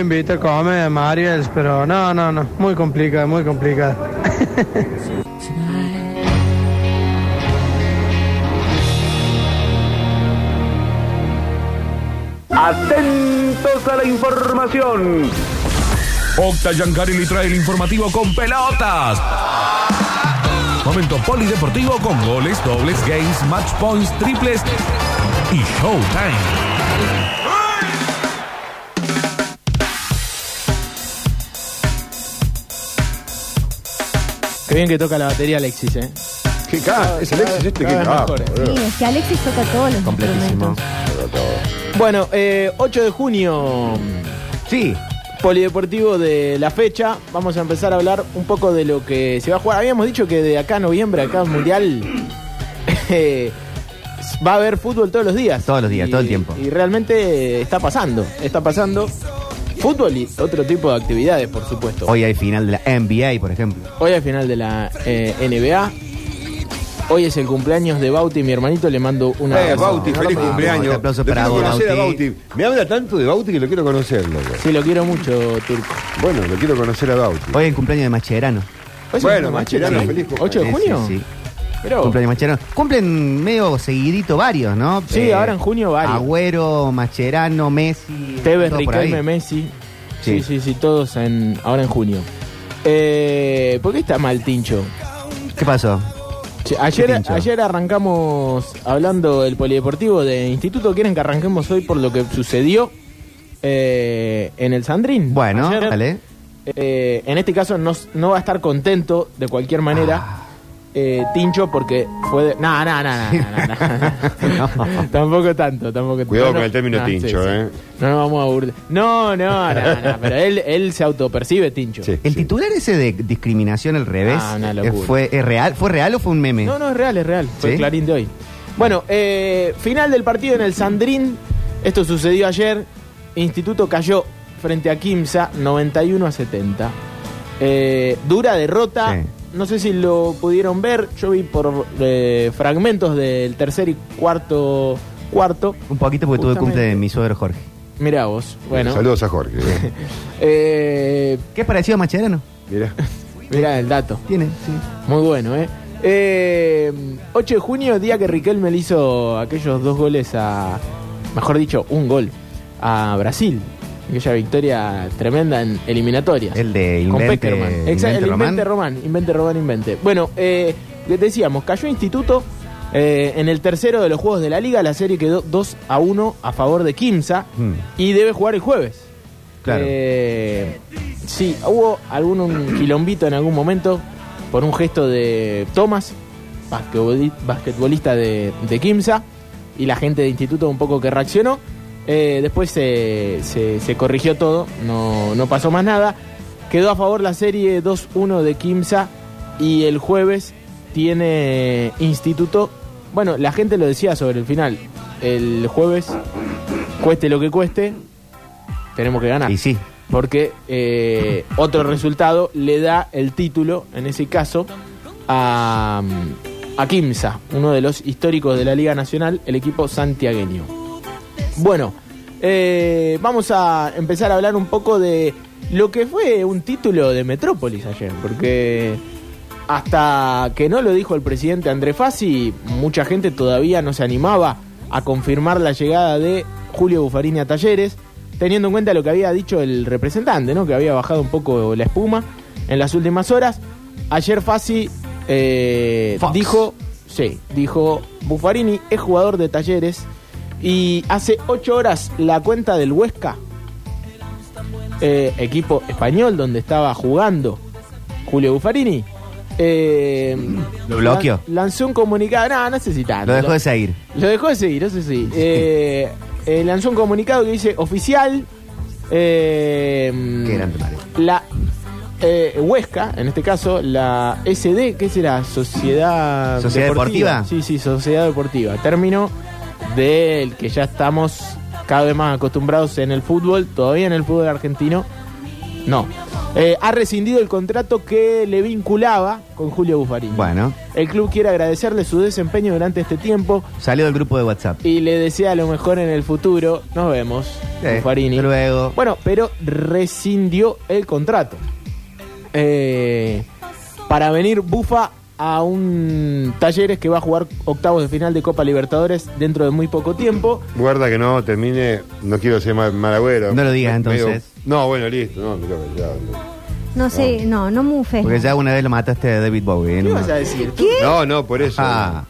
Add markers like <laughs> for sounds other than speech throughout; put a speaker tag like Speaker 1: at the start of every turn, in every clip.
Speaker 1: invita Uh, a comer, Mariels, pero no, no, no. Muy complicada, muy complicada.
Speaker 2: Atentos a la información.
Speaker 3: Octa Giancarelli trae el informativo con pelotas. Momento polideportivo con goles, dobles, games, match points, triples y showtime.
Speaker 4: Qué bien que toca la batería Alexis, ¿eh?
Speaker 5: Qué ca- es Alexis este que
Speaker 4: Cada vez
Speaker 5: capo,
Speaker 4: mejor,
Speaker 5: boludo.
Speaker 6: Sí, es que Alexis toca todos los
Speaker 7: Completísimo.
Speaker 6: instrumentos.
Speaker 4: Bueno, eh, 8 de junio,
Speaker 7: Sí.
Speaker 4: polideportivo de la fecha. Vamos a empezar a hablar un poco de lo que se va a jugar. Habíamos dicho que de acá a noviembre, acá al mundial, <laughs> eh, va a haber fútbol todos los días.
Speaker 7: Todos los días,
Speaker 4: Y-
Speaker 7: todo el tiempo.
Speaker 4: Y realmente está pasando, está pasando. Fútbol y otro tipo de actividades, por supuesto.
Speaker 7: Hoy hay final de la NBA, por ejemplo.
Speaker 4: Hoy al final de la eh, NBA. Hoy es el cumpleaños de Bauti, mi hermanito. Le mando una.
Speaker 5: Eh, Bauti, feliz
Speaker 7: Vamos,
Speaker 5: cumpleaños.
Speaker 7: un aplauso
Speaker 5: Lo
Speaker 7: para
Speaker 5: quiero
Speaker 7: vos,
Speaker 5: conocer a
Speaker 7: Bauti.
Speaker 5: Bauti. Me habla tanto de Bauti que lo quiero conocer, loco.
Speaker 4: Sí, lo quiero mucho, Turco.
Speaker 5: Bueno, lo quiero conocer a Bauti.
Speaker 7: Hoy es el cumpleaños de Macherano.
Speaker 4: Hoy es
Speaker 5: Bueno,
Speaker 4: un
Speaker 5: Mascherano,
Speaker 4: macho,
Speaker 5: feliz
Speaker 4: ¿no?
Speaker 5: cumpleaños.
Speaker 4: 8 de
Speaker 7: Sí,
Speaker 4: junio. Oh.
Speaker 7: Sí, sí.
Speaker 4: Pero-
Speaker 7: Cumpleaños de Mascherano. Cumplen medio seguidito varios, ¿no? Eh,
Speaker 4: Sí, ahora en junio varios.
Speaker 7: Agüero, Macherano, Messi.
Speaker 4: Tevez,
Speaker 7: todo por ahí.
Speaker 4: Riquelme, Messi. Sí,
Speaker 7: Sí.
Speaker 4: sí, sí, todos en, ahora en junio. Eh, ¿Por qué está mal Tincho?
Speaker 7: ¿Qué pasó?
Speaker 4: Che, ayer,
Speaker 7: Tincho?
Speaker 4: ayer arrancamos hablando del polideportivo de instituto. ¿Quieren que arranquemos hoy por lo que sucedió eh, en el Sandrín?
Speaker 7: Bueno,
Speaker 4: Ayer,
Speaker 7: dale.
Speaker 4: eh, en este caso no, no va a estar contento de cualquier
Speaker 7: Ah.
Speaker 4: manera eh, Tincho porque fue de... No, no, no, no, no, no, no.
Speaker 7: <laughs>
Speaker 4: <laughs> Tampoco tanto, tampoco tanto.
Speaker 5: Cuidado
Speaker 4: No,
Speaker 5: con
Speaker 4: no,
Speaker 5: el término
Speaker 4: no,
Speaker 5: Tincho, ¿eh?
Speaker 4: No nos vamos a burlar. No, no, no, no, pero él, él se autopercibe Tincho.
Speaker 5: Sí.
Speaker 7: El titular ese de discriminación al revés
Speaker 4: Ah, una
Speaker 7: eh,
Speaker 4: locura.
Speaker 7: fue es real, fue real o fue un meme.
Speaker 4: No, no, es real, es real. Fue
Speaker 7: ¿Sí?
Speaker 4: Clarín de hoy. Bueno, eh, final del partido en el Sandrín. Esto sucedió ayer. Instituto cayó frente a Kimsa 91 a 70. Eh, dura derrota.
Speaker 7: Sí.
Speaker 4: No sé si lo pudieron ver. Yo vi por eh, fragmentos del tercer y cuarto cuarto.
Speaker 7: Un poquito porque tuve
Speaker 4: Justamente.
Speaker 7: cumple de mi suegro Jorge.
Speaker 4: Mirá vos. Bueno.
Speaker 5: Saludos a Jorge.
Speaker 7: <laughs>
Speaker 5: eh.
Speaker 4: Eh,
Speaker 7: ¿Qué es parecido a Macherano?
Speaker 5: Mirá.
Speaker 4: mirá el dato.
Speaker 7: Tiene, sí.
Speaker 4: Muy bueno, ¿eh? Eh, 8 de junio, día que Riquelme le hizo aquellos dos goles a. Mejor dicho, un gol a Brasil. Aquella victoria tremenda en eliminatorias.
Speaker 7: El de
Speaker 4: Con
Speaker 7: Invente,
Speaker 4: Peckerman. Exacto,
Speaker 7: Invente
Speaker 4: el
Speaker 7: Román.
Speaker 4: Invente Román. Invente Román, Invente. Bueno, eh, les decíamos, cayó Instituto eh, en el tercero de los juegos de la liga. La serie quedó 2 a 1 a favor de Kimsa
Speaker 7: Mm.
Speaker 4: y debe jugar el jueves.
Speaker 7: Claro.
Speaker 4: Eh, sí, hubo algún un quilombito en algún momento por un gesto de Thomas, basquetboli- basquetbolista de, de Kimsa, y la gente de instituto un poco que reaccionó. Eh, después se, se- se corrigió todo, no, no pasó más nada. Quedó a favor la serie 2-1 de Kimsa y el jueves tiene instituto. Bueno, la gente lo decía sobre el final. El jueves, cueste lo que cueste, tenemos que ganar
Speaker 7: Y sí.
Speaker 4: porque eh, otro resultado le da el título, en ese caso, a, a Kimsa, uno de los históricos de la Liga Nacional, el equipo santiagueño. Bueno, eh, vamos a empezar a hablar un poco de lo que fue un título de Metrópolis ayer, porque hasta que no lo dijo el presidente André Fassi, mucha gente todavía no se animaba a confirmar la llegada de Julio Bufarini a Talleres, teniendo en cuenta lo que había dicho el representante, ¿no? que había bajado un poco la espuma en las últimas horas. Ayer Fassi eh,
Speaker 7: Fox.
Speaker 4: dijo, sí, dijo, Bufarini es jugador de Talleres y hace ocho horas la cuenta del Huesca, eh, equipo español donde estaba jugando Julio Buffarini. eh,
Speaker 7: ¿Lo bloqueó?
Speaker 4: lan- lanzó un comunicado. No, no sé si tanto.
Speaker 7: Lo dejó de seguir.
Speaker 4: Lo dejó de seguir, no sé si. Eh, eh, lanzó un comunicado que dice oficial. eh,
Speaker 7: Qué grande madre.
Speaker 4: La eh, Huesca, en este caso, la SD, ¿qué será? Sociedad,
Speaker 7: ¿Sociedad Deportiva?
Speaker 4: Sí, sí, Sociedad Deportiva. Término del que ya estamos cada vez más acostumbrados en el fútbol, todavía en el fútbol argentino. No. Eh, ha rescindido el contrato que le vinculaba con Julio Buffarini.
Speaker 7: Bueno.
Speaker 4: El club quiere agradecerle su desempeño durante este tiempo
Speaker 7: Salió del grupo de WhatsApp.
Speaker 4: y le desea a lo mejor en el futuro. Nos vemos,
Speaker 7: Sí,
Speaker 4: Buffarini.
Speaker 7: Eh, hasta luego.
Speaker 4: Bueno, pero rescindió el contrato. Eh, para venir Bufa a un Talleres que va a jugar octavos de final de Copa Libertadores dentro de muy poco tiempo.
Speaker 5: Guarda que no termine, no quiero ser mal, mal agüero.
Speaker 7: No lo digas,
Speaker 5: Medio-
Speaker 7: entonces.
Speaker 5: no, bueno, listo. No, mirá, ya,
Speaker 6: No sé, no, no mufes.
Speaker 7: Porque ya una vez lo mataste a David Bowie. ¿eh?
Speaker 4: ¿Qué
Speaker 7: ¿no?
Speaker 4: vas a decir? tú?
Speaker 6: ¿Qué?
Speaker 5: no. no, no, por eso.
Speaker 7: Ah,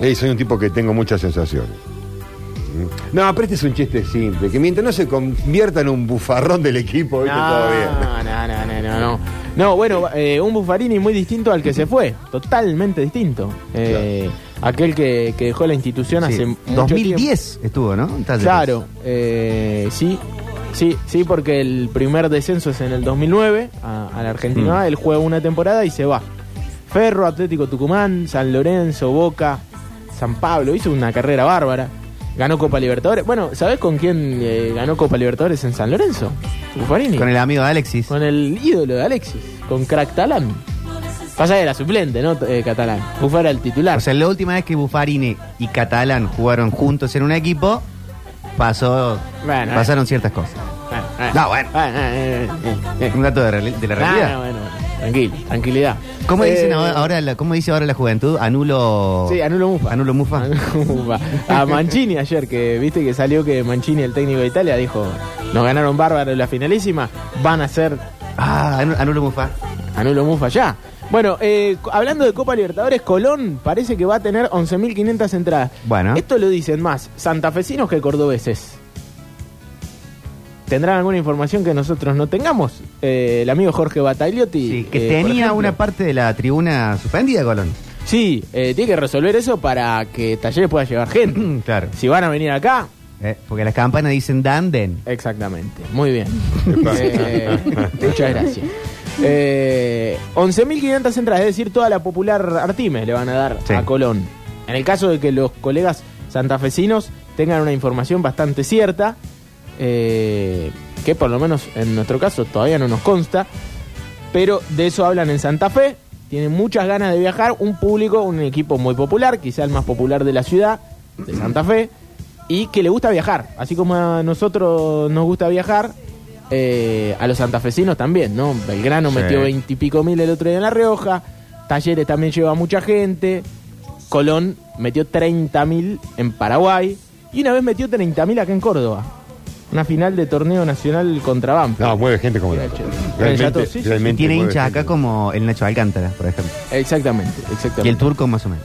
Speaker 5: Ey, soy un tipo que tengo muchas sensaciones. Mm. No, pero este es un chiste simple, que mientras no se convierta en un bufarrón del equipo, ¿viste? todo bien.
Speaker 4: No, no, no, no, no, no. No, bueno, eh, un Buffarini muy distinto al que se fue, totalmente distinto. Eh, Aquel que, que dejó la institución
Speaker 7: sí.
Speaker 4: hace mucho tiempo.
Speaker 7: 2010 estuvo, ¿no? En Talleres.
Speaker 4: Claro, eh, sí, sí, sí, porque el primer descenso es en el 2009 a, a la Argentina.
Speaker 7: Mm.
Speaker 4: Él juega una temporada y se va. Ferro, Atlético Tucumán, San Lorenzo, Boca, San Pablo. Hizo una carrera bárbara. Ganó Copa Libertadores. Bueno, ¿sabés con quién eh, ganó Copa Libertadores en San Lorenzo? Buffarini.
Speaker 7: Con el amigo de Alexis.
Speaker 4: Con el ídolo de Alexis, con Crack Talán. Pasa que era suplente, ¿no? Eh, catalán. Bufa era el titular.
Speaker 7: O sea, la última vez que Buffarini y Catalán jugaron juntos en un equipo, pasó,
Speaker 4: Bueno, eh.
Speaker 7: pasaron ciertas cosas.
Speaker 4: Bueno, eh,
Speaker 7: No, bueno.
Speaker 4: eh, eh, eh, eh.
Speaker 7: Un dato de, reali- de la realidad.
Speaker 4: Ah, bueno, bueno. Tranquilo, tranquilidad.
Speaker 7: ¿Cómo,
Speaker 4: Eh,
Speaker 7: dicen ahora, ahora la, ¿Cómo dice ahora la juventud? Anulo.
Speaker 4: Sí, Anulo Mufa.
Speaker 7: Anulo Mufa.
Speaker 4: <laughs> Ufa. A Mancini ayer, que viste que salió que Mancini, el técnico de Italia, dijo: Nos ganaron bárbaro en la finalísima, van a ser
Speaker 7: Ah, Anu- Anulo Mufa.
Speaker 4: Anulo Mufa ya. Bueno, eh, co- hablando de Copa Libertadores, Colón parece que va a tener 11.500 entradas.
Speaker 7: Bueno.
Speaker 4: Esto lo dicen más santafesinos que cordobeses. ¿Tendrán alguna información que nosotros no tengamos? Eh, el amigo Jorge Batagliotti.
Speaker 7: Sí, que
Speaker 4: eh, por
Speaker 7: tenía
Speaker 4: ejemplo.
Speaker 7: una parte de la tribuna suspendida, Colón.
Speaker 4: Sí, eh, tiene que resolver eso para que Talleres pueda llevar gente.
Speaker 7: <clears throat> claro.
Speaker 4: si van a venir acá,
Speaker 7: Eh, porque las campanas dicen Danden.
Speaker 4: Exactamente, muy
Speaker 7: <laughs>
Speaker 4: bien.
Speaker 5: Epa.
Speaker 4: Eh, muchas gracias. Eh, 11.500 entradas, es decir, toda la popular Artimes le van a dar
Speaker 7: Sí.
Speaker 4: a Colón. En el caso de que los colegas santafesinos tengan una información bastante cierta, eh, que por lo menos en nuestro caso todavía no nos consta, pero de eso hablan en Santa Fe. Tienen muchas ganas de viajar, un público, un equipo muy popular, quizá el más popular de la ciudad, de Santa Fe, y que le gusta viajar. Así como a nosotros nos gusta viajar, eh, a los santafesinos también, ¿no? Belgrano
Speaker 7: Sí.
Speaker 4: metió veintipico mil el otro día en La Rioja, Talleres también lleva mucha gente, Colón metió 30 mil en Paraguay, y una vez metió 30 mil acá en Córdoba. Una final de torneo nacional contra Banfield.
Speaker 5: No, mueve gente como la.
Speaker 4: Mira, che. Mira, ya todo,
Speaker 5: Realmente,
Speaker 4: sí, sí, sí.
Speaker 5: realmente
Speaker 7: Tiene
Speaker 5: mueve
Speaker 7: hinchas
Speaker 5: gente.
Speaker 7: acá como el Nacho Alcántara, por ejemplo.
Speaker 4: Exactamente, exactamente.
Speaker 7: Y el turco más o menos.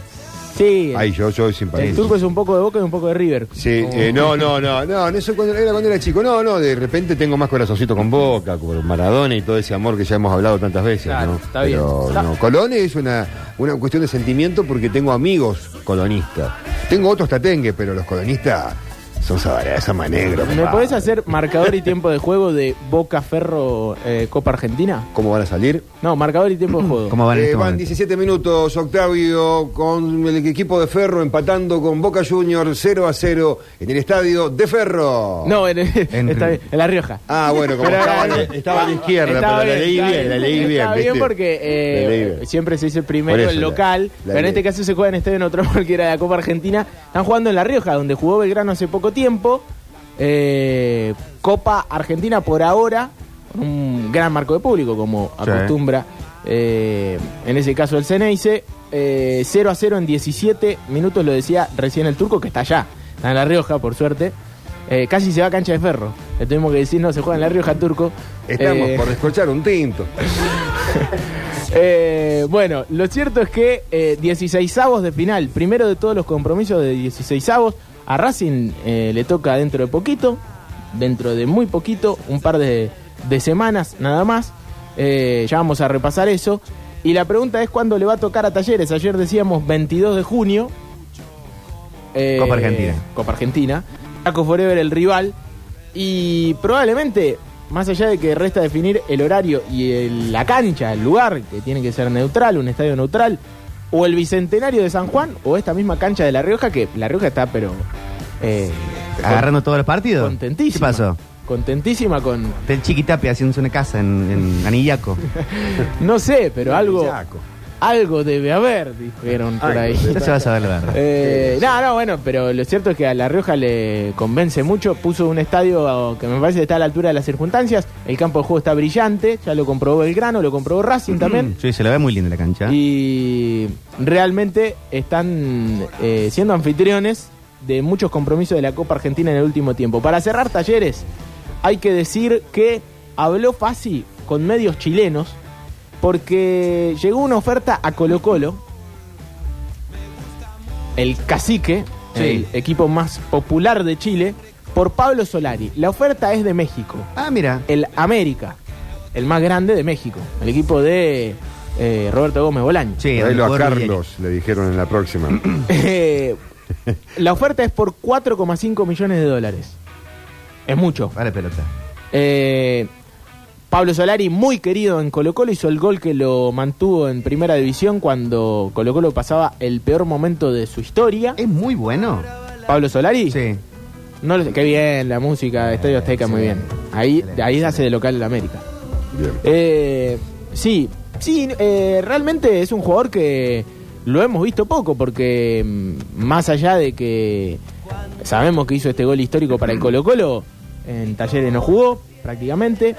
Speaker 4: Sí,
Speaker 5: Ay, yo soy
Speaker 4: el
Speaker 5: simpático.
Speaker 4: turco es un poco de Boca y un poco de River.
Speaker 5: Sí,
Speaker 4: Como-
Speaker 5: eh, no, no, no, no, no, eso cuando era cuando era chico. No, no, de repente tengo más corazoncito con Boca, con Maradona y todo ese amor que ya hemos hablado tantas veces,
Speaker 4: Claro,
Speaker 5: ¿no?
Speaker 4: está bien.
Speaker 5: Pero
Speaker 4: Está-
Speaker 5: no, Colón es una, una cuestión de sentimiento porque tengo amigos colonistas. Tengo otros tatengues, pero los colonistas son sabarás, sama negro.
Speaker 4: ¿Me
Speaker 7: Ah.
Speaker 5: papá.
Speaker 4: podés hacer marcador y tiempo de juego de Boca Ferro eh, Copa Argentina?
Speaker 5: ¿Cómo van a salir?
Speaker 4: No, marcador y tiempo de juego.
Speaker 7: ¿Cómo van en
Speaker 5: Eh,
Speaker 7: este
Speaker 5: van
Speaker 7: momento?
Speaker 5: 17 minutos, Octavio, con el equipo de Ferro empatando con Boca Junior 0 a 0 en el estadio de Ferro.
Speaker 4: No, en,
Speaker 7: En-
Speaker 4: <laughs> está bien, en La Rioja.
Speaker 5: Ah, bueno, como
Speaker 4: Pero
Speaker 5: estaba,
Speaker 4: era-
Speaker 5: estaba a la izquierda,
Speaker 4: Estaba
Speaker 5: pero la leí
Speaker 4: estaba
Speaker 5: bien, la leí bien.
Speaker 4: Estaba bien
Speaker 5: ¿viste?
Speaker 4: porque eh,
Speaker 5: La leí bien.
Speaker 4: siempre se dice primero
Speaker 5: Por eso
Speaker 4: el
Speaker 5: la-
Speaker 4: local,
Speaker 5: la
Speaker 4: pero en
Speaker 5: leí.
Speaker 4: este caso se juega en este en otro porque era la Copa Argentina. Están jugando en La Rioja, donde jugó Belgrano hace poco tiempo. Eh, Copa Argentina por ahora, con un gran marco de público, como
Speaker 7: Sí.
Speaker 4: acostumbra eh, en ese caso el Ceneice. Eh, 0 a 0 en 17 minutos, lo decía recién el turco, que está allá, está en La Rioja, por suerte. Eh, casi se va a cancha de ferro. Le tuvimos que decir, no, se juega en La Rioja, turco.
Speaker 5: Estamos
Speaker 4: Eh,
Speaker 5: por descorchar un tinto.
Speaker 4: eh, bueno, lo cierto es que eh, 16 avos de final, primero de todos los compromisos de 16 avos, a Racing eh, le toca dentro de poquito, dentro de muy poquito, un par de, de semanas nada más, Eh, ya vamos a repasar eso. Y la pregunta es cuándo le va a tocar a Talleres, ayer decíamos 22 de junio. Eh,
Speaker 7: Copa Argentina.
Speaker 4: Copa Argentina. Taco Forever el rival. Y probablemente, más allá de que resta definir el horario y el- la cancha, el lugar, que tiene que ser neutral, un estadio neutral, o el Bicentenario de San Juan, o esta misma cancha de La Rioja, que La Rioja está, pero... eh,
Speaker 7: ¿Agarrando todos los partidos?
Speaker 4: Contentísima.
Speaker 7: ¿Qué pasó?
Speaker 4: contentísima con,
Speaker 7: Del Chiquitape haciéndose una casa en,
Speaker 4: <laughs>
Speaker 7: en Anillaco.
Speaker 4: no sé, pero algo,
Speaker 5: Yaco.
Speaker 4: algo debe haber, dijeron por ahí.
Speaker 7: Ya se va a saber la verdad.
Speaker 4: Eh, no, no, bueno, pero lo cierto es que a La Rioja le convence mucho. Puso un estadio que me parece que está a la altura de las circunstancias. El campo de juego está brillante, ya lo comprobó Belgrano, lo comprobó Racing también.
Speaker 7: Mm. Sí, se la ve muy linda la cancha.
Speaker 4: Y realmente están eh, siendo anfitriones de muchos compromisos de la Copa Argentina en el último tiempo. Para cerrar talleres, hay que decir que habló Fassi con medios chilenos porque llegó una oferta a Colo Colo, el cacique, el equipo más popular de Chile, por Pablo Solari. La oferta es de México
Speaker 7: Ah, mira.
Speaker 4: el América, el más grande de México, el equipo de eh, Roberto Gómez Bolaño.
Speaker 7: Sí,
Speaker 5: Tráelo a
Speaker 7: donde jugó Ruggeri.
Speaker 5: Carlos, le dijeron en la próxima.
Speaker 4: <laughs>
Speaker 5: <clears throat>
Speaker 4: Eh, la oferta es por 4,5 millones de dólares. Es mucho.
Speaker 7: Vale, pelota.
Speaker 4: Eh, Pablo Solari, muy querido en Colo Colo, hizo el gol que lo mantuvo en primera división cuando Colo Colo pasaba el peor momento de su historia.
Speaker 7: Es muy bueno.
Speaker 4: Pablo Solari,
Speaker 7: Sí. Eh,
Speaker 4: no lo sé, qué bien la música, Estadio Azteca, muy bien. Ahí, ahí hace de local el América.
Speaker 5: Bien.
Speaker 4: Eh, sí, sí, eh, realmente es un jugador que lo hemos visto poco, porque mm, más allá de que sabemos que hizo este gol histórico para el Colo Colo, en Talleres no jugó prácticamente,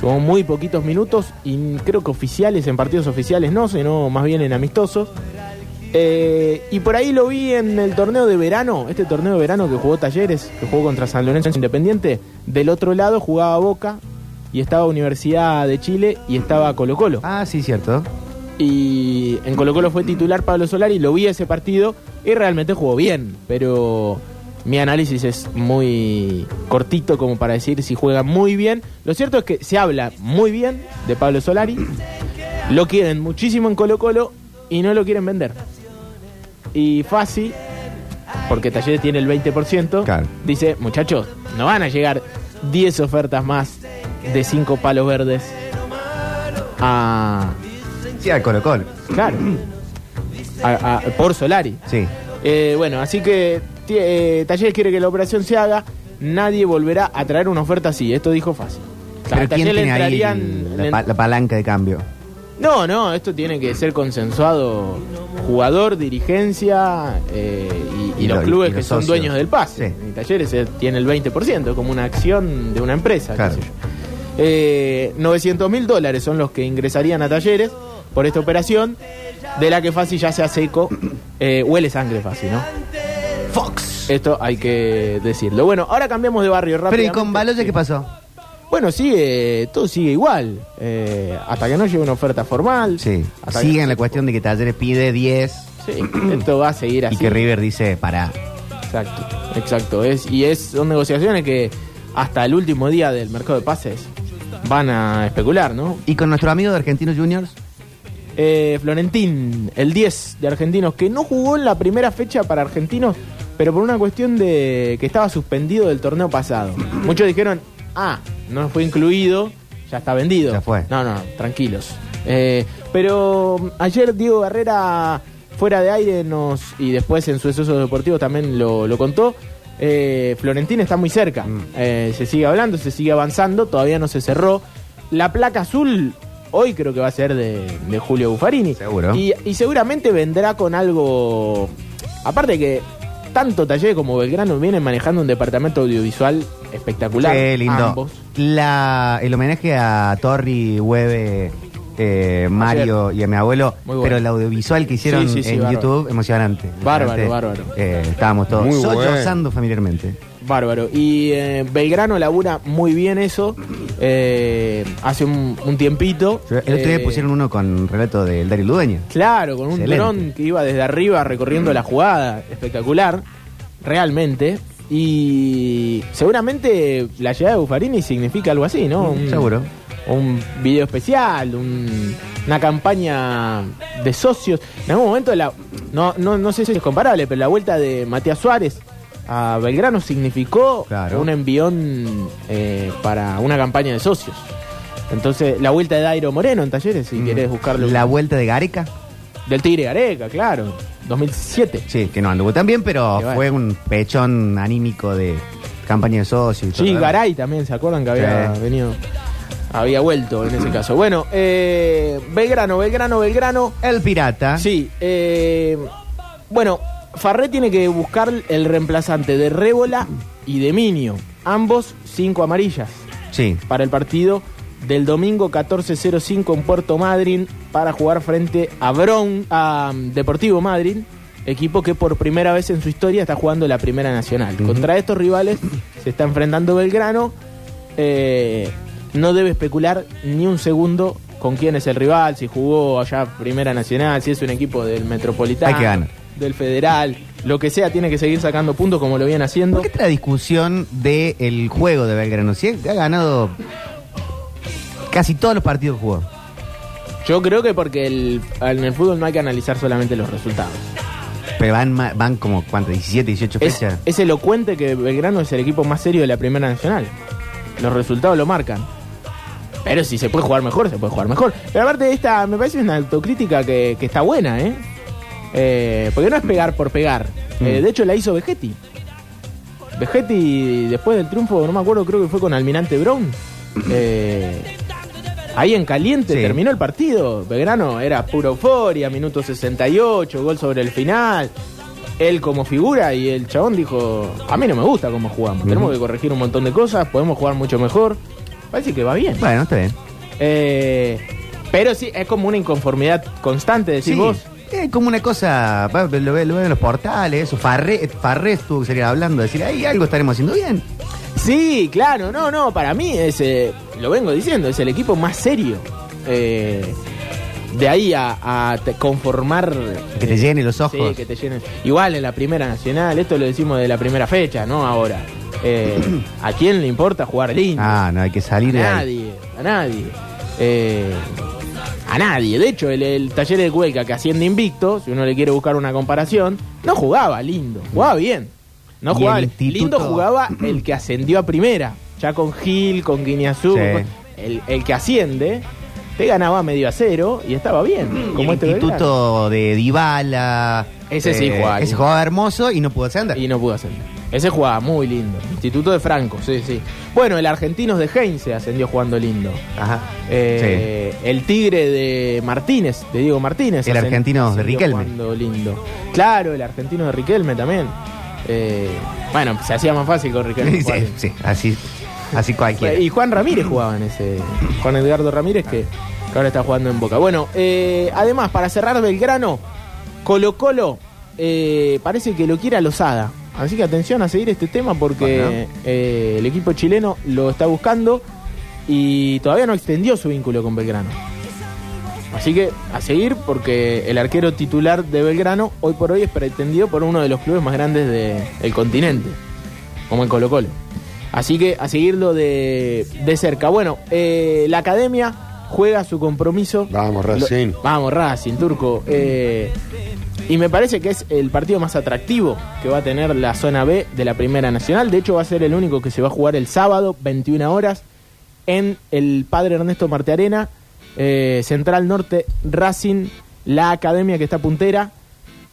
Speaker 4: jugó muy poquitos minutos y creo que oficiales, en partidos oficiales no, sino más bien en amistosos. Eh, y por ahí lo vi en el torneo de verano, este torneo de verano que jugó Talleres, que jugó contra San Lorenzo Independiente. Del otro lado jugaba Boca y estaba Universidad de Chile y estaba Colo Colo.
Speaker 7: Ah, sí, cierto.
Speaker 4: Y en Colo Colo fue titular Pablo Solari, lo vi ese partido y realmente jugó bien, pero mi análisis es muy cortito como para decir si juega muy bien. Lo cierto es que se habla muy bien de Pablo Solari, lo quieren muchísimo en Colo Colo y no lo quieren vender. Y Fasi, porque Talleres tiene el 20%,
Speaker 7: Claro.
Speaker 4: dice, muchachos, no van a llegar 10 ofertas más de 5 palos verdes a...
Speaker 7: Sí, al Colo Colo.
Speaker 4: Claro. A- a- por Solari.
Speaker 7: Sí.
Speaker 4: Eh, bueno, así que ti- eh, Talleres quiere que la operación se haga. Nadie volverá a traer una oferta así. Esto dijo fácil.
Speaker 7: Pero ¿quién tiene ahí el- la, pa- la palanca de cambio?
Speaker 4: No, no, esto tiene que ser consensuado jugador, dirigencia eh, y, y
Speaker 7: Y
Speaker 4: los
Speaker 7: lo-
Speaker 4: clubes
Speaker 7: y los
Speaker 4: que son
Speaker 7: socios.
Speaker 4: dueños del pase.
Speaker 7: Sí.
Speaker 4: Y Talleres eh, tiene el 20%, como una acción de una empresa. qué
Speaker 7: Claro.
Speaker 4: sé yo. Eh, 900 mil dólares son los que ingresarían a Talleres por esta operación, de la que Fácil ya se hace eco. Eh, huele sangre Fácil, ¿no? Fox. Esto hay que decirlo. Bueno, ahora cambiamos de barrio rápido.
Speaker 7: Pero ¿y con Baloya qué pasó?
Speaker 4: Bueno, sigue, todo sigue igual. Eh, hasta que no llegue una oferta formal.
Speaker 7: Sí.
Speaker 4: hasta que-
Speaker 7: Sigue en la cuestión de que Talleres pide 10 <clears throat>
Speaker 4: Sí, esto va a seguir así.
Speaker 7: y que River dice, pará.
Speaker 4: Exacto, exacto. Es, y es, son negociaciones que hasta el último día del mercado de pases van a especular, ¿no?
Speaker 7: ¿Y con nuestro amigo de Argentinos Juniors?
Speaker 4: Eh, Florentín, el 10 de Argentinos, que no jugó en la primera fecha para Argentinos, pero por una cuestión de que estaba suspendido del torneo pasado. Muchos dijeron, ah, no fue incluido, ya está vendido.
Speaker 7: Ya fue.
Speaker 4: No, no, tranquilos. Eh, pero mm, ayer Diego Barrera, fuera de aire, nos y después en su suceso deportivo también lo, lo contó. eh, Florentín está muy cerca.
Speaker 7: Mm.
Speaker 4: Eh, se sigue hablando, se sigue avanzando, todavía no se cerró. La placa azul hoy creo que va a ser de, de Julio Buffarini.
Speaker 7: Seguro.
Speaker 4: Y, y seguramente vendrá con algo. Aparte que tanto Taller como Belgrano vienen manejando un departamento audiovisual espectacular.
Speaker 7: Qué lindo.
Speaker 4: ambos.
Speaker 7: La, el homenaje a Torri, Hueve, eh, Mario y a mi abuelo,
Speaker 4: Muy bueno.
Speaker 7: pero el audiovisual que hicieron
Speaker 4: Sí, sí, sí,
Speaker 7: en
Speaker 4: bárbaro.
Speaker 7: YouTube, emocionante.
Speaker 4: Bárbaro,
Speaker 7: Emocionante.
Speaker 4: bárbaro.
Speaker 7: Eh, estábamos todos
Speaker 5: Muy bueno.
Speaker 7: sollozando familiarmente.
Speaker 4: Bárbaro. Y eh, Belgrano labura muy bien eso. eh, hace un, un tiempito.
Speaker 7: El otro día
Speaker 4: Eh,
Speaker 7: pusieron uno con relato del Darío Ludueño.
Speaker 4: Claro, con un
Speaker 7: Excelente.
Speaker 4: dron que iba desde arriba recorriendo la jugada. Espectacular. Realmente. Y seguramente la llegada de Buffarini significa algo así, ¿no? Un-
Speaker 7: Mm, Seguro.
Speaker 4: un video especial, un- una campaña de socios. En algún momento, la, no, no, no sé si es comparable, pero la vuelta de Matías Suárez a Belgrano significó
Speaker 7: Claro.
Speaker 4: un envión eh, para una campaña de socios. Entonces, la vuelta de Dairo Moreno en Talleres, si quieres buscarlo.
Speaker 7: Mm. La vuelta de Gareca.
Speaker 4: Del Tigre Areca, claro. 2007.
Speaker 7: Sí, que no anduvo tan bien, pero
Speaker 4: Y bueno.
Speaker 7: fue un pechón anímico de Campaña de socios. y todo
Speaker 4: Sí,
Speaker 7: lo demás.
Speaker 4: Garay también, ¿se acuerdan que había
Speaker 7: Sí.
Speaker 4: venido? Había vuelto en ese caso. Bueno, eh, Belgrano, Belgrano, Belgrano.
Speaker 7: El pirata.
Speaker 4: Sí, eh, bueno, Farré tiene que buscar el reemplazante de Rébola y de Minio. Ambos cinco amarillas
Speaker 7: Sí.
Speaker 4: para el partido del domingo 14.05 en Puerto Madryn para jugar frente a Brown, a um, Deportivo Madryn, equipo que por primera vez en su historia está jugando la Primera Nacional. Contra estos rivales se está enfrentando Belgrano. eh, no debe especular ni un segundo con quién es el rival, si jugó allá Primera Nacional, si es un equipo del Metropolitano,
Speaker 7: Hay que ganar.
Speaker 4: del Federal, lo que sea, tiene que seguir sacando puntos como lo viene haciendo.
Speaker 7: ¿Por qué está la discusión del juego de Belgrano? Si ha ganado casi todos los partidos que jugó.
Speaker 4: Yo creo que porque el- en el fútbol no hay que analizar solamente los resultados.
Speaker 7: Pero van, ma- van como, ¿cuánto? 17, 18
Speaker 4: Es,
Speaker 7: fechas.
Speaker 4: es elocuente que Belgrano es el equipo más serio de la Primera Nacional. Los resultados lo marcan. Pero si se puede jugar mejor, se puede jugar mejor. Pero aparte de esta, me parece una autocrítica que, que está buena, ¿eh? Eh, Porque no es pegar por pegar. Eh, de hecho, la hizo Vegetti. Vegetti, después del triunfo, no me acuerdo, creo que fue con Almirante Brown. Eh, ahí en caliente
Speaker 7: Sí.
Speaker 4: terminó el partido. Belgrano era pura euforia, minuto 68, gol sobre el final. Él como figura y el chabón dijo, a mí no me gusta cómo jugamos, tenemos que corregir un montón de cosas, podemos jugar mucho mejor. Parece que va bien.
Speaker 7: Bueno, está bien.
Speaker 4: Eh, pero sí, es como una inconformidad constante, decís vos.
Speaker 7: Es como una cosa, va, lo, ve- lo veo en los portales, eso. Farré, Farré estuvo que salir hablando, decir, ahí algo estaremos haciendo bien.
Speaker 4: Sí, claro, no, no, para mí es, eh, lo vengo diciendo, es el equipo más serio. Eh, de ahí a, a te- conformar...
Speaker 7: Que te
Speaker 4: eh,
Speaker 7: llenen los ojos.
Speaker 4: Sí, que te llenen. Igual en la primera nacional, esto lo decimos de la primera fecha, ¿no? Ahora.
Speaker 7: <clears throat>
Speaker 4: Eh, ¿A quién le importa jugar lindo?
Speaker 7: Ah, no, hay que salir de
Speaker 4: a
Speaker 7: ahí.
Speaker 4: nadie, a nadie. Eh, a nadie. De hecho, el, el taller de Cueca que asciende invicto, si uno le quiere buscar una comparación, no jugaba lindo, jugaba bien. No
Speaker 7: Y
Speaker 4: jugaba
Speaker 7: el instituto-
Speaker 4: lindo, jugaba el que ascendió a primera, ya con Gil, con Guineazú,
Speaker 7: Sí.
Speaker 4: con- el, el que asciende, te ganaba medio a cero y estaba bien.
Speaker 7: Como
Speaker 4: Como este Belgrano.
Speaker 7: instituto de Dybala. eh,
Speaker 4: Ese sí jugaba
Speaker 7: Ese
Speaker 4: lindo.
Speaker 7: jugaba hermoso y no pudo hacer andar.
Speaker 4: Y no pudo ascender. Ese jugaba muy lindo. Instituto de Franco, sí, sí. Bueno, el Argentinos de Heinz se ascendió jugando lindo.
Speaker 7: Ajá.
Speaker 4: Eh, El Tigre de Martínez, de Diego Martínez.
Speaker 7: El
Speaker 4: Hacen-
Speaker 7: argentino de
Speaker 4: siguió
Speaker 7: Riquelme.
Speaker 4: jugando lindo. Claro, el argentino de Riquelme también. Eh, bueno, se hacía más fácil con Riquelme.
Speaker 7: <laughs> sí.
Speaker 4: jugar
Speaker 7: sí,
Speaker 4: bien.
Speaker 7: sí, así, así cualquiera.
Speaker 4: Y Juan Ramírez jugaba en ese. Juan Edgardo Ramírez, que, que ahora está jugando en Boca. Bueno, eh, además, para cerrar Belgrano, Colo Colo eh, parece que lo quiere a Lozada. Así que atención a seguir este tema porque
Speaker 7: Bueno.
Speaker 4: eh, el equipo chileno lo está buscando y todavía no extendió su vínculo con Belgrano. Así que a seguir porque el arquero titular de Belgrano hoy por hoy es pretendido por uno de los clubes más grandes de- del continente, como el Colo Colo. Así que a seguirlo de, de cerca. Bueno, eh, la academia juega su compromiso.
Speaker 5: Vamos, Racing.
Speaker 4: Lo- vamos, Racing, Turco. Eh, y me parece que es el partido más atractivo que va a tener la zona B de la Primera Nacional. De hecho, va a ser el único que se va a jugar el sábado, 21 horas, en el Padre Ernesto Martearena, eh, Central Norte, Racing, la academia que está puntera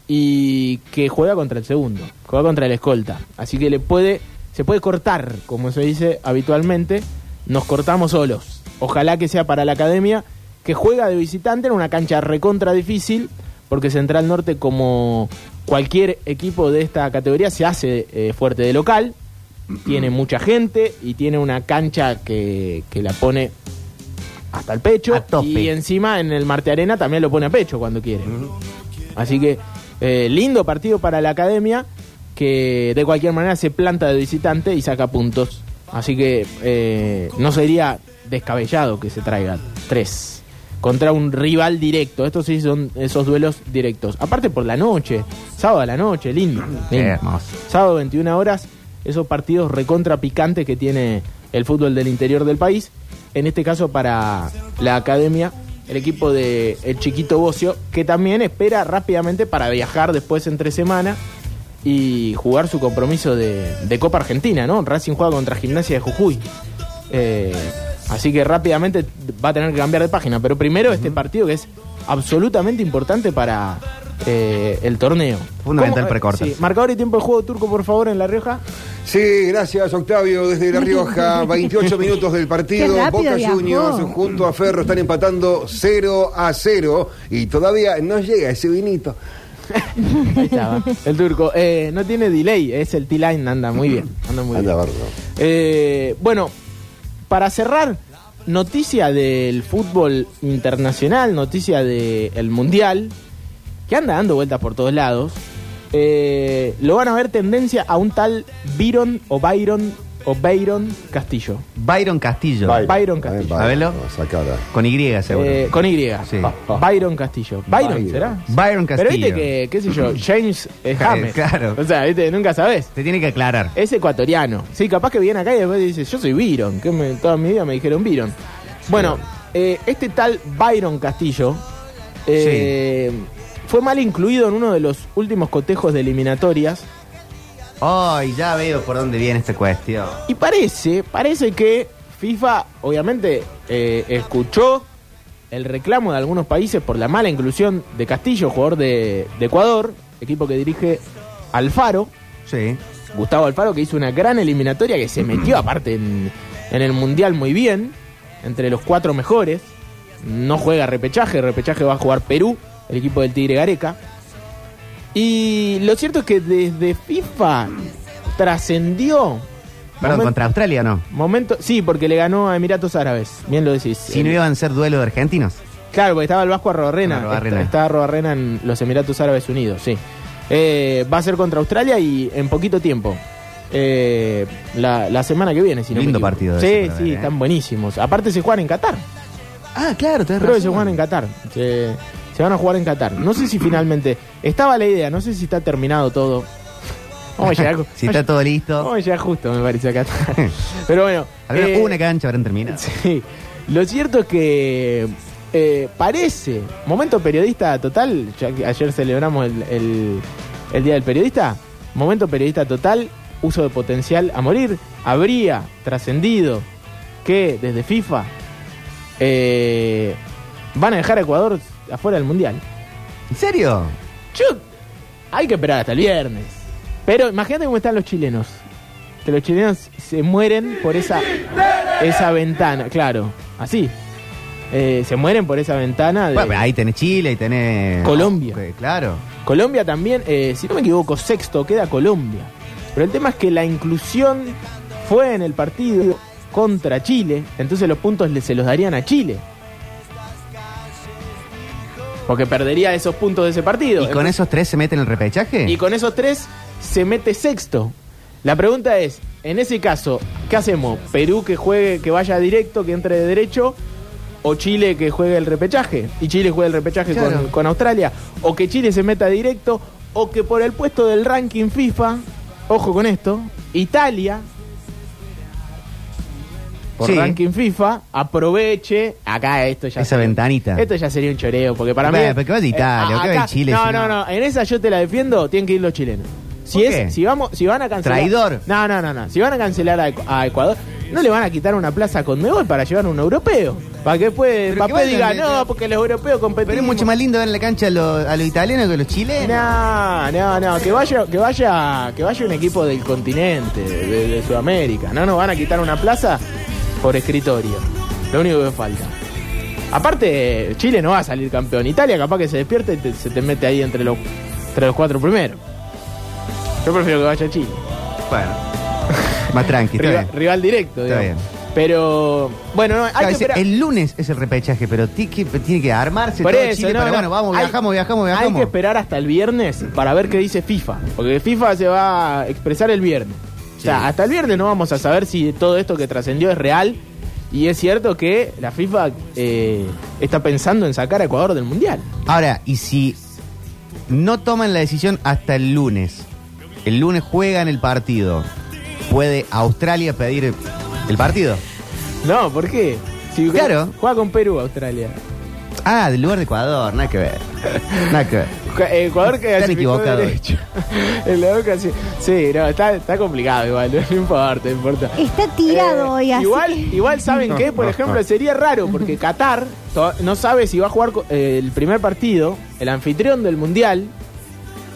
Speaker 4: y que juega contra el segundo, juega contra el escolta. Así que le puede, se puede cortar, como se dice habitualmente, nos cortamos solos. Ojalá que sea para la academia, que juega de visitante en una cancha recontra difícil, porque Central Norte, como cualquier equipo de esta categoría, se hace eh, fuerte de local, tiene mucha gente y tiene una cancha que, que la pone hasta el pecho.
Speaker 7: A tope.
Speaker 4: Y encima en el Marte Arena también lo pone a pecho cuando quiere. Así que eh, lindo partido para la academia que de cualquier manera se planta de visitante y saca puntos. Así que eh, no sería descabellado que se traiga tres contra un rival directo. Estos sí son esos duelos directos. Aparte por la noche, sábado a la noche, lindo.
Speaker 7: Qué
Speaker 4: lindo.
Speaker 7: hermoso.
Speaker 4: Sábado 21 horas, esos partidos recontra picantes que tiene el fútbol del interior del país. En este caso para la academia, el equipo de El Chiquito Bocio, que también espera rápidamente para viajar después entre semana y jugar su compromiso de, de Copa Argentina, ¿no? Racing juega contra Gimnasia de Jujuy. Eh, así que rápidamente va a tener que cambiar de página. Pero primero este partido que es absolutamente importante para eh, el torneo.
Speaker 7: Fundamental
Speaker 4: ¿Cómo?
Speaker 7: precortas.
Speaker 4: Sí, marcador y tiempo de juego turco, por favor, en La Rioja.
Speaker 5: Sí, gracias Octavio desde La Rioja. 28 minutos del partido.
Speaker 6: Qué rápido
Speaker 5: Boca
Speaker 6: viajó.
Speaker 5: Juniors junto a Ferro están empatando 0 a 0 y todavía no llega ese vinito.
Speaker 4: Ahí estaba. <laughs> El turco. Eh, no tiene delay, es el T-Line, anda muy bien. Anda muy
Speaker 5: Anda
Speaker 4: bien.
Speaker 5: bárbaro.
Speaker 4: Eh, bueno, para cerrar, noticia del fútbol internacional, noticia del Mundial, que anda dando vueltas por todos lados. Eh, lo van a ver tendencia a un tal Byron o Byron o Byron Castillo.
Speaker 7: Byron Castillo.
Speaker 5: Byron.
Speaker 4: Byron Castillo.
Speaker 5: Byron,
Speaker 7: A verlo.
Speaker 5: esa cara.
Speaker 7: Con Y seguro.
Speaker 4: Eh, con Y.
Speaker 7: Sí.
Speaker 4: Byron Castillo. Byron,
Speaker 5: Byron.
Speaker 4: ¿será?
Speaker 7: Byron Castillo.
Speaker 4: Pero viste que, qué sé yo, James eh, James.
Speaker 7: Claro.
Speaker 4: O sea, viste, nunca sabes.
Speaker 7: Te tiene que aclarar.
Speaker 4: Es ecuatoriano. Sí, capaz que viene acá y después dice, yo soy Byron. Que me- toda mi vida me dijeron Byron. Bueno, eh, este tal Byron Castillo eh, fue mal incluido en uno de los últimos cotejos de eliminatorias.
Speaker 7: Ay, ya veo por dónde viene esta cuestión.
Speaker 4: Y parece, parece que FIFA obviamente eh, escuchó el reclamo de algunos países por la mala inclusión de Castillo, jugador de, de Ecuador, equipo que dirige Alfaro,
Speaker 7: Sí.
Speaker 4: Gustavo Alfaro, que hizo una gran eliminatoria que se
Speaker 7: <clears throat>
Speaker 4: metió aparte en, en el Mundial muy bien, entre los cuatro mejores. No juega repechaje, repechaje va a jugar Perú, el equipo del Tigre Gareca. Y lo cierto es que desde FIFA trascendió
Speaker 7: Perdón,
Speaker 4: Momento-
Speaker 7: contra Australia o no.
Speaker 4: Momento, sí, porque le ganó a Emiratos Árabes. Bien lo decís.
Speaker 7: Si
Speaker 4: El-
Speaker 7: no iban a ser duelo de argentinos.
Speaker 4: Claro, porque estaba el Vasco Arrobarrena.
Speaker 7: Bueno, Arrobarrena.
Speaker 4: Est- Estaba Arrobarrena en los Emiratos Árabes Unidos, sí. Eh, va a ser contra Australia y en poquito tiempo. Eh, la, la semana que viene, si no me
Speaker 7: Lindo
Speaker 4: equivoco.
Speaker 7: partido
Speaker 4: Sí,
Speaker 7: ese para
Speaker 4: sí,
Speaker 7: ver, ¿eh?
Speaker 4: están buenísimos. Aparte se juegan en Qatar.
Speaker 7: Ah, claro, te
Speaker 4: Creo que se juegan en Qatar. Se, se van a jugar en Qatar. No sé si finalmente... Estaba la idea, no sé si está terminado todo. Vamos a
Speaker 7: <laughs>
Speaker 4: llegar... con-
Speaker 7: <laughs> Si está todo listo.
Speaker 4: Vamos a llegar justo, me parece, a
Speaker 7: <laughs>
Speaker 4: Qatar. Pero bueno...
Speaker 7: Al menos
Speaker 4: eh,
Speaker 7: una cancha habrán terminado.
Speaker 4: <laughs> Sí. Lo cierto es que eh, parece, momento periodista total, ya que ayer celebramos el, el- el Día del Periodista, momento periodista total, uso de potencial a morir, habría trascendido que desde FIFA eh, van a dejar a Ecuador afuera del Mundial.
Speaker 7: ¿En serio?
Speaker 4: Yo, hay que esperar hasta el viernes. Pero imagínate cómo están los chilenos. Que los chilenos se mueren por esa, esa ventana, claro, así. Eh, se mueren por esa ventana de
Speaker 7: Bueno, pero ahí tenés Chile, ahí tenés...
Speaker 4: Colombia.
Speaker 7: Eh, Claro.
Speaker 4: Colombia también, eh, si no me equivoco, sexto queda Colombia. Pero el tema es que la inclusión fue en el partido contra Chile, entonces los puntos le- se los darían a Chile. Porque perdería esos puntos de ese partido.
Speaker 7: ¿Y con esos tres se meten en el repechaje?
Speaker 4: eh. Y con esos tres se mete sexto. La pregunta es, en ese caso, ¿qué hacemos? ¿Perú que juegue, que vaya directo, que entre de derecho? ¿O Chile que juegue el repechaje? ¿Y Chile juegue el repechaje con-
Speaker 7: Claro.
Speaker 4: con, Australia? ¿O que Chile se meta directo? ¿O que por el puesto del ranking FIFA, ojo con esto, Italia, por
Speaker 7: Sí.
Speaker 4: ranking FIFA, aproveche, acá esto ya...
Speaker 7: Esa ventanita.
Speaker 4: Esto ya sería un choreo, porque para
Speaker 7: Bueno,
Speaker 4: mí... eh,
Speaker 7: pero que vaya Italia,
Speaker 4: a-
Speaker 7: que vaya Chile,
Speaker 4: No,
Speaker 7: si
Speaker 4: no,
Speaker 7: no.
Speaker 4: no, en esa yo te la defiendo, tienen que ir los chilenos. Si
Speaker 7: ¿Por
Speaker 4: es,
Speaker 7: qué?
Speaker 4: si vamos, si van a cancelar.
Speaker 7: Traidor.
Speaker 4: No, no, no, no. Si van a cancelar a, Ecu- a Ecuador, no le van a quitar una plaza con Mebol para llevar a un europeo. Para que después
Speaker 7: Pero
Speaker 4: Papé
Speaker 7: que
Speaker 4: diga,
Speaker 7: vayan, eh,
Speaker 4: no,
Speaker 7: pero-
Speaker 4: porque los europeos competen.
Speaker 7: Pero es mucho más lindo ver en la cancha a los, a los italianos que a los chilenos.
Speaker 4: No, no, no, que vaya, que vaya, que vaya un equipo del continente, de, de- de Sudamérica. No nos van a quitar una plaza por escritorio. Lo único que falta. Aparte, Chile no va a salir campeón. Italia capaz que se despierte y te- se te mete ahí entre los, entre los cuatro primeros. Yo prefiero que vaya Chile.
Speaker 7: Bueno. Más tranqui, está
Speaker 4: Riva-
Speaker 7: bien.
Speaker 4: rival directo,
Speaker 7: Está
Speaker 4: digamos. Pero, bueno, no, hay
Speaker 7: Claro,
Speaker 4: que
Speaker 7: dice,
Speaker 4: esperar.
Speaker 7: el lunes es el repechaje, pero ti- que- tiene que armarse
Speaker 4: Por
Speaker 7: todo
Speaker 4: eso,
Speaker 7: Chile
Speaker 4: no,
Speaker 7: para,
Speaker 4: no.
Speaker 7: bueno, vamos,
Speaker 4: Hay-
Speaker 7: viajamos, viajamos, viajamos.
Speaker 4: Hay que esperar hasta el viernes para ver qué dice FIFA. Porque FIFA se va a expresar el viernes. O sea,
Speaker 7: Sí.
Speaker 4: hasta el viernes no vamos a saber si todo esto que trascendió es real. Y es cierto que la FIFA eh, está pensando en sacar a Ecuador del Mundial.
Speaker 7: Ahora, y si no toman la decisión hasta el lunes, el lunes juegan el partido, ¿puede Australia pedir el partido?
Speaker 4: No, ¿por qué? Si
Speaker 7: Claro.
Speaker 4: Juega con Perú, Australia.
Speaker 7: Ah, del lugar de Ecuador, nada que ver. Nada
Speaker 4: <laughs>
Speaker 7: que ver.
Speaker 4: Ju- eh, Ecuador que
Speaker 7: Están
Speaker 4: clasificó <laughs>
Speaker 7: equivocados.
Speaker 4: derecho. Ecuador clasi- Sí, no, está, está complicado igual, <laughs> no importa, no importa.
Speaker 6: Está tirado hoy
Speaker 4: Eh,
Speaker 6: así.
Speaker 4: Igual, igual saben que, por ejemplo, sería raro porque Qatar to- no sabe si va a jugar co- eh, el primer partido, el anfitrión del mundial,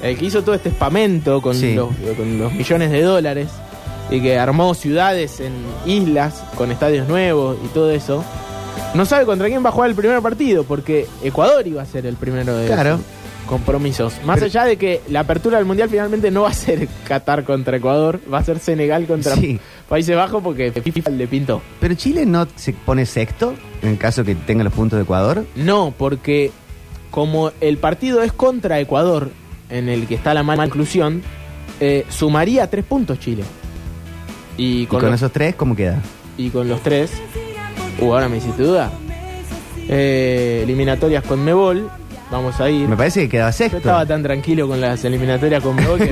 Speaker 4: el que hizo todo este espamento con,
Speaker 7: Sí.
Speaker 4: los, con los millones de dólares. y que armó ciudades en islas con estadios nuevos y todo eso, no sabe contra quién va a jugar el primer partido, porque Ecuador iba a ser el primero de
Speaker 7: Claro.
Speaker 4: esos compromisos. Más allá de que la apertura del Mundial finalmente no va a ser Qatar contra Ecuador, va a ser Senegal contra
Speaker 7: Sí.
Speaker 4: Países Bajos porque FIFA le pintó.
Speaker 7: Pero Chile no se pone sexto en caso que tenga los puntos de Ecuador.
Speaker 4: No, porque como el partido es contra Ecuador, en el que está la mala inclusión, eh, sumaría tres puntos Chile. Y
Speaker 7: Y con,
Speaker 4: con, los,
Speaker 7: esos tres, ¿cómo queda?
Speaker 4: y con los tres, uh, ahora me hiciste duda. Eh, eliminatorias con Mebol, vamos a ir.
Speaker 7: Me parece que queda
Speaker 4: Yo
Speaker 7: sexto.
Speaker 4: estaba tan tranquilo con las eliminatorias con Mebol
Speaker 7: <laughs>
Speaker 4: que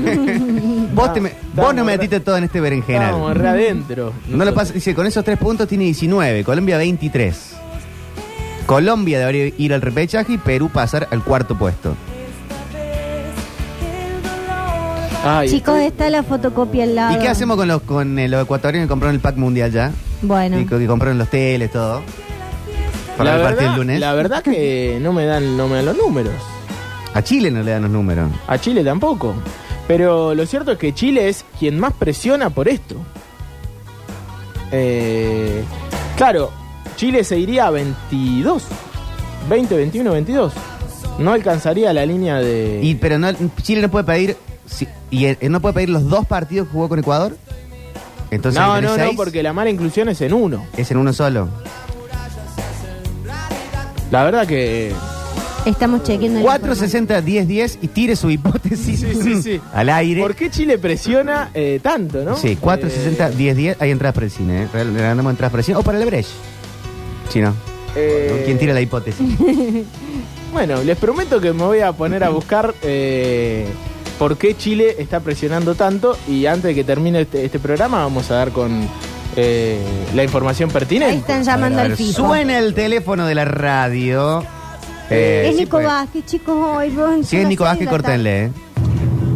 Speaker 7: Vos, te me-
Speaker 4: Estábamos
Speaker 7: vos no
Speaker 4: re-
Speaker 7: metiste todo en este
Speaker 4: estábamos re
Speaker 7: berenjenal.
Speaker 4: adentro.
Speaker 7: No le pasa, dice, con esos tres puntos tiene 19, Colombia 23. Colombia debería ir al repechaje y Perú pasar al cuarto puesto.
Speaker 4: Ay,
Speaker 6: Chicos, está la fotocopia al lado.
Speaker 7: ¿Y qué hacemos con los, con, eh, los ecuatorianos que compraron el pack mundial ya?
Speaker 6: Bueno,
Speaker 7: Y co- que compraron los teles, todo. Para
Speaker 4: la
Speaker 7: el partido
Speaker 4: verdad,
Speaker 7: del lunes.
Speaker 4: la verdad que no me dan, no me dan los números.
Speaker 7: A Chile no le dan los números.
Speaker 4: A Chile tampoco. Pero lo cierto es que Chile es quien más presiona por esto. Eh, claro, Chile se iría a 22. 20, 21, 22. No alcanzaría la línea de...
Speaker 7: Y, pero no, Chile no puede pedir. si- y eh, no puede pedir los dos partidos que jugó con Ecuador. Entonces,
Speaker 4: no,
Speaker 7: ahí tenés
Speaker 4: no, no,
Speaker 7: seis.
Speaker 4: porque la mala inclusión es en uno.
Speaker 7: Es en uno solo.
Speaker 4: La verdad que...
Speaker 6: estamos chequeando. el
Speaker 7: 460, 10, 10 y tire su hipótesis
Speaker 4: Sí, sí, sí.
Speaker 7: <laughs> al aire.
Speaker 4: ¿Por qué Chile presiona eh, tanto, no?
Speaker 7: Sí, 460, 10, 10. Hay entradas para el cine, ¿eh? Real- Le ganamos entradas para el cine. O para el Brecht. Sí, no.
Speaker 4: Eh, eh,
Speaker 7: ¿Quién tira la hipótesis?
Speaker 4: <laughs> Bueno, les prometo que me voy a poner a buscar eh, por qué Chile está presionando tanto y antes de que termine este, este programa vamos a dar con eh, la información
Speaker 6: informativo.
Speaker 4: pertinente.
Speaker 6: Ahí están llamando
Speaker 7: A ver,
Speaker 6: al fijo.
Speaker 7: Suena el teléfono de la radio. Eh,
Speaker 6: es
Speaker 7: sí,
Speaker 6: Nico
Speaker 7: pues.
Speaker 6: Vázquez, chicos. Hoy vos
Speaker 7: Si es Nico Vázquez, córtenle. ¿eh?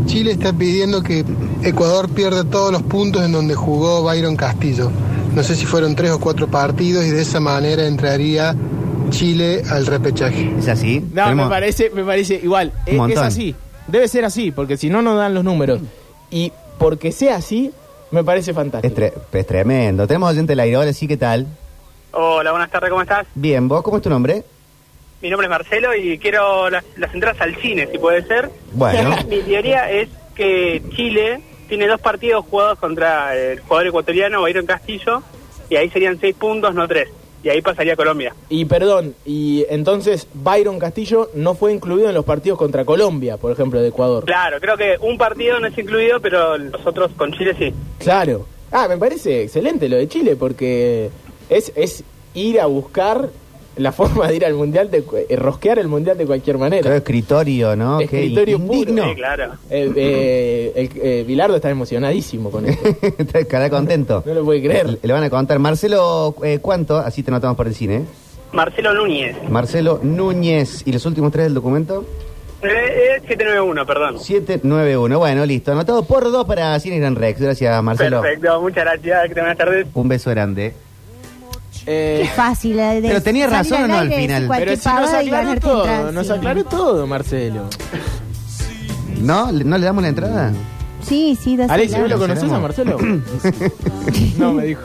Speaker 8: Chile está pidiendo que Ecuador pierda todos los puntos en donde jugó Byron Castillo. No sé si fueron tres o cuatro partidos y de esa manera entraría Chile al repechaje.
Speaker 7: ¿Es así?
Speaker 4: No,
Speaker 7: Tenemos-
Speaker 4: me parece, me parece igual. Eh, Es-
Speaker 7: Un
Speaker 4: Es,
Speaker 7: montón. Mm.
Speaker 4: así. Debe ser así, porque si no nos dan los números. Y porque sea así, me parece
Speaker 7: Es,
Speaker 4: fantástico.
Speaker 7: tre- es tremendo. Tenemos oyente del aire. Hola, sí, ¿qué tal?
Speaker 9: Hola, buenas tardes, ¿cómo estás?
Speaker 7: Bien, ¿vos cómo es tu nombre?
Speaker 9: Mi nombre es Marcelo y quiero las, las entradas al cine, si puede ser.
Speaker 4: <laughs>
Speaker 7: Bueno.
Speaker 9: <laughs> Mi teoría es que Chile tiene dos partidos jugados contra el jugador ecuatoriano, Bayron Castillo, y ahí serían seis puntos, no tres. Y ahí pasaría Colombia.
Speaker 4: Y perdón, y entonces Byron Castillo no fue incluido en los partidos contra Colombia, por ejemplo, de Ecuador.
Speaker 9: Claro, creo que un partido no es incluido, pero los otros con Chile sí.
Speaker 4: Claro. Ah, me parece excelente lo de Chile porque es, es ir a buscar la forma de ir al mundial, de, cu- eh, rosquear el mundial de cualquier
Speaker 7: Creo
Speaker 4: manera.
Speaker 7: escritorio, ¿no? Qué
Speaker 4: Escritorio puro.
Speaker 7: indigno.
Speaker 9: Sí, claro.
Speaker 4: Eh, eh, el, eh, Bilardo está emocionadísimo con esto.
Speaker 7: <laughs> Está cara contento.
Speaker 4: No lo puede
Speaker 7: Le,
Speaker 4: creer.
Speaker 7: le van a contar. Marcelo, eh, ¿cuánto? Así te notamos por el cine. ¿eh?
Speaker 9: Marcelo Núñez.
Speaker 7: Marcelo Núñez. ¿Y los últimos tres del documento?
Speaker 9: Eh, eh, 791, perdón.
Speaker 7: 791. Bueno, listo. Anotado por dos para Cine Gran Rex. Gracias, Marcelo.
Speaker 9: Perfecto, muchas gracias, que tengan buenas tardes.
Speaker 7: Un beso grande.
Speaker 6: Qué
Speaker 4: Eh,
Speaker 6: fácil. la de
Speaker 7: Pero tenía
Speaker 6: salir
Speaker 7: razón o no al
Speaker 6: aire, decir
Speaker 7: final.
Speaker 4: pero
Speaker 6: cualquier
Speaker 4: si nos
Speaker 6: pavada y
Speaker 4: aclaró
Speaker 6: ganarte
Speaker 4: todo,
Speaker 6: entradas,
Speaker 4: nos
Speaker 6: sí.
Speaker 4: aclaró todo, Marcelo.
Speaker 7: ¿No? ¿Le- ¿No le damos la entrada?
Speaker 6: Sí, sí, da
Speaker 4: Alex, ¿vos lo
Speaker 7: claro.
Speaker 4: conoces a Marcelo? no, me dijo.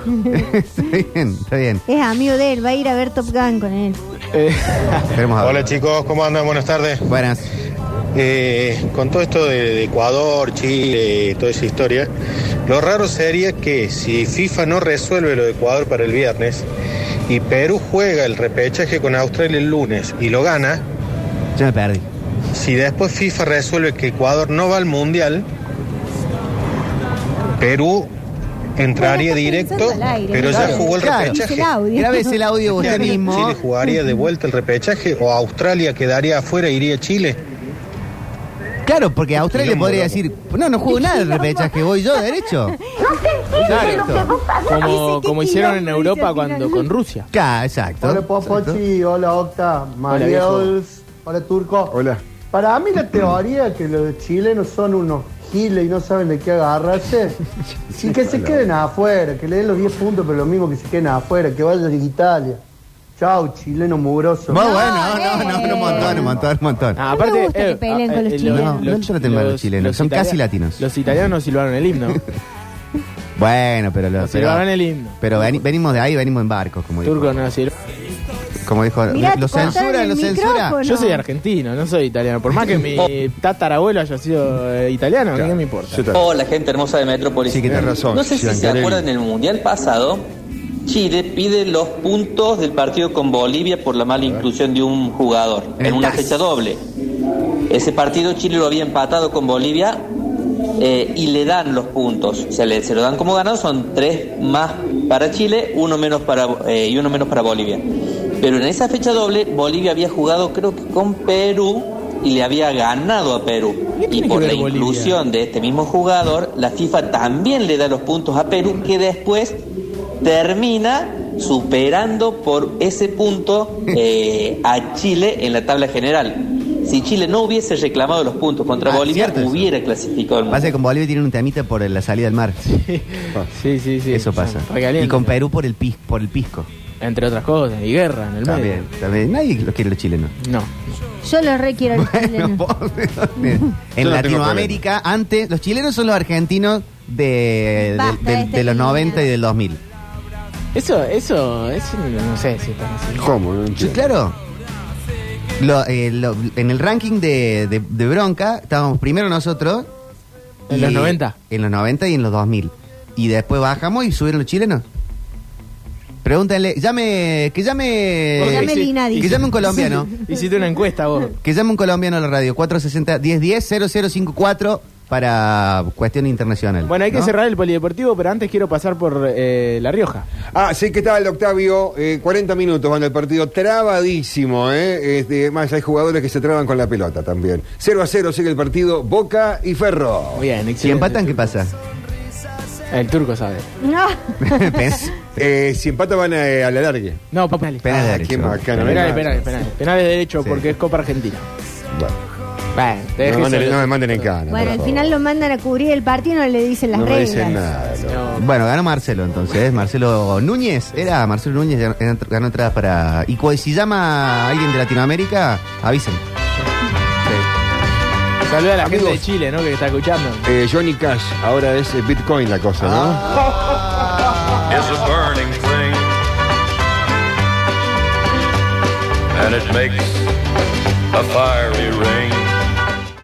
Speaker 7: está bien, está bien.
Speaker 6: Es amigo de él, va a ir a ver Top Gun con él.
Speaker 4: Eh,
Speaker 7: Esperemos a
Speaker 10: Hola
Speaker 7: ver.
Speaker 10: chicos, ¿cómo andan? Buenas tardes.
Speaker 7: Buenas.
Speaker 10: Eh, con todo esto de, de Ecuador, Chile, toda esa historia, lo raro sería que si FIFA no resuelve lo de Ecuador para el viernes y Perú juega el repechaje con Australia el lunes y lo gana,
Speaker 7: Yo me perdí.
Speaker 10: si después FIFA resuelve que Ecuador no va al Mundial, Perú entraría
Speaker 6: Bueno, está
Speaker 10: directo,
Speaker 6: pensando al aire,
Speaker 10: pero
Speaker 7: claro.
Speaker 10: ya jugó el
Speaker 7: Claro.
Speaker 10: repechaje.
Speaker 6: Dice el audio.
Speaker 7: Grabes el audio usted
Speaker 10: Claro,
Speaker 7: mismo.
Speaker 10: Chile jugaría de vuelta el repechaje o Australia quedaría afuera e iría a Chile.
Speaker 7: Claro, porque Australia
Speaker 10: Quilombo,
Speaker 7: podría
Speaker 10: loco.
Speaker 7: decir, no, no jugó nada el repechaje, voy yo derecho.
Speaker 6: <laughs>
Speaker 4: claro, como,
Speaker 6: qué
Speaker 4: como hicieron en
Speaker 6: quilombo, dice
Speaker 4: Europa
Speaker 6: al final.
Speaker 4: cuando con Rusia.
Speaker 7: Claro, exacto.
Speaker 11: Hola Popochi, hola Octa, María
Speaker 4: viejo.
Speaker 11: Ols, hola Turco.
Speaker 5: Hola.
Speaker 11: Para mí la teoría que los chilenos son unos giles y no saben de qué agarrarse, y que se queden afuera, que le den los 10 puntos, pero lo mismo que se queden afuera, que vayan a Italia. Chau, chileno mugroso.
Speaker 7: Muy bueno, no, no, no, un montón, un montón, un montón.
Speaker 4: Ah,
Speaker 6: No me gusta que peleen con los
Speaker 4: eh,
Speaker 6: chilenos.
Speaker 7: No, no traten mal a los chilenos, son
Speaker 4: italianos-
Speaker 7: casi latinos. <laughs>
Speaker 4: Los italianos silbaron el himno.
Speaker 7: Bueno, pero los.
Speaker 4: Los silvarones lindos.
Speaker 7: Pero veni- venimos de ahí, venimos en barcos, como dijo.
Speaker 4: Turco no sirve.
Speaker 7: Como dijo
Speaker 6: Mirá,
Speaker 7: lo
Speaker 6: cortale
Speaker 7: censura,
Speaker 6: el
Speaker 7: lo censura.
Speaker 6: micrófono.
Speaker 4: Yo soy argentino, no soy italiano. Por más que
Speaker 7: Oh.
Speaker 4: mi tatarabuelo haya sido eh, italiano, ¿qué me importa?
Speaker 12: Hola gente hermosa de Metrópolis.
Speaker 5: Sí, que tenés razón,
Speaker 12: No sé si se
Speaker 5: Giancarelli.
Speaker 12: acuerdan, en el Mundial pasado, Chile pide los puntos del partido con Bolivia por la mala inclusión de un jugador en una fecha doble. Ese partido Chile lo había empatado con Bolivia eh, y le dan los puntos. Se, le, se lo dan como ganado, son tres más para Chile uno menos para, eh, y uno menos para Bolivia. Pero en esa fecha doble, Bolivia había jugado creo que con Perú y le había ganado a Perú. Y
Speaker 4: que
Speaker 12: por
Speaker 4: ver
Speaker 12: la
Speaker 4: Bolivia?
Speaker 12: inclusión de este mismo jugador, la FIFA también le da los puntos a Perú, que después termina superando por ese punto eh, a Chile en la tabla general. Si Chile no hubiese reclamado los puntos contra
Speaker 7: Ah,
Speaker 12: Bolivia,
Speaker 7: cierto eso.
Speaker 12: hubiera clasificado al
Speaker 7: Pasa
Speaker 12: Mundial.
Speaker 7: que con Bolivia tienen un temita por la salida al mar.
Speaker 4: Sí, sí, sí.
Speaker 7: Eso pasa.
Speaker 4: Son recalientes.
Speaker 7: Y con Perú por el, pis- por el pisco.
Speaker 4: Entre otras cosas, y guerra en el medio.
Speaker 7: También, también. Nadie lo quiere los chilenos.
Speaker 4: No.
Speaker 6: Yo los requiero al
Speaker 7: <laughs>
Speaker 6: chileno.
Speaker 7: En
Speaker 5: tengo
Speaker 7: Latinoamérica, antes, los chilenos son los argentinos de, de-
Speaker 6: Basta,
Speaker 7: de-
Speaker 6: este
Speaker 7: de los
Speaker 6: niño.
Speaker 7: 90 y del 2000.
Speaker 4: Eso, eso, eso no sé si están así.
Speaker 5: ¿Cómo? No
Speaker 7: Sí,
Speaker 5: entiendo.
Speaker 7: claro. Lo- eh, lo- en el ranking de, de- de bronca estábamos primero nosotros.
Speaker 4: En
Speaker 7: y-
Speaker 4: los 90.
Speaker 7: En los 90 y en los 2000. Y después bajamos y subieron los chilenos. Pregúntale, llame, que llame,
Speaker 6: Que llame el Inadi.
Speaker 7: que llame un colombiano.
Speaker 4: Hiciste una encuesta vos.
Speaker 7: Que llame un colombiano a la radio 460-1010-0054 para cuestión internacional.
Speaker 4: Bueno, hay que
Speaker 7: ¿no?
Speaker 4: cerrar el polideportivo, pero antes quiero pasar por eh, La Rioja.
Speaker 5: Ah, sí, ¿qué tal, Octavio? Eh, 40 minutos van el partido, trabadísimo, ¿eh? Este, más hay jugadores que se traban con la pelota también. 0 a 0 sigue el partido, Boca y Ferro.
Speaker 4: Muy bien,
Speaker 7: Si
Speaker 4: excelente.
Speaker 7: empatan, ¿qué pasa? <laughs>
Speaker 4: El turco sabe. <laughs>
Speaker 6: No.
Speaker 7: Pens-
Speaker 5: Eh, si empata van a, a la largue.
Speaker 4: No, penales.
Speaker 7: Penal
Speaker 5: Ah,
Speaker 7: derecho.
Speaker 5: qué macana,
Speaker 7: Penal
Speaker 4: Penales,
Speaker 5: no.
Speaker 4: penales, penales. Penales de derecho
Speaker 7: Sí.
Speaker 4: porque es Copa Argentina.
Speaker 5: Bueno,
Speaker 4: Bueno, te
Speaker 5: no,
Speaker 4: dejé
Speaker 5: me manden,
Speaker 4: solo.
Speaker 5: no me manden en
Speaker 6: Bueno,
Speaker 5: cana. por
Speaker 6: al
Speaker 5: favor.
Speaker 6: final lo mandan a cubrir el partido y no le dicen las
Speaker 5: No me
Speaker 6: reglas.
Speaker 5: dicen nada. no.
Speaker 4: No.
Speaker 7: Bueno, ganó Marcelo entonces, ¿eh? Marcelo Núñez, era Marcelo Núñez, ganó- ganó entradas para... Y cu- si llama a alguien de Latinoamérica, avisen.
Speaker 4: Saluda a la gente
Speaker 5: Amigos.
Speaker 4: de Chile, ¿no? Que está escuchando.
Speaker 5: Eh, Johnny Cash, ahora es eh, Bitcoin la cosa, ¿no?
Speaker 6: Ah,
Speaker 13: is a burning thing. And it makes a fiery ring.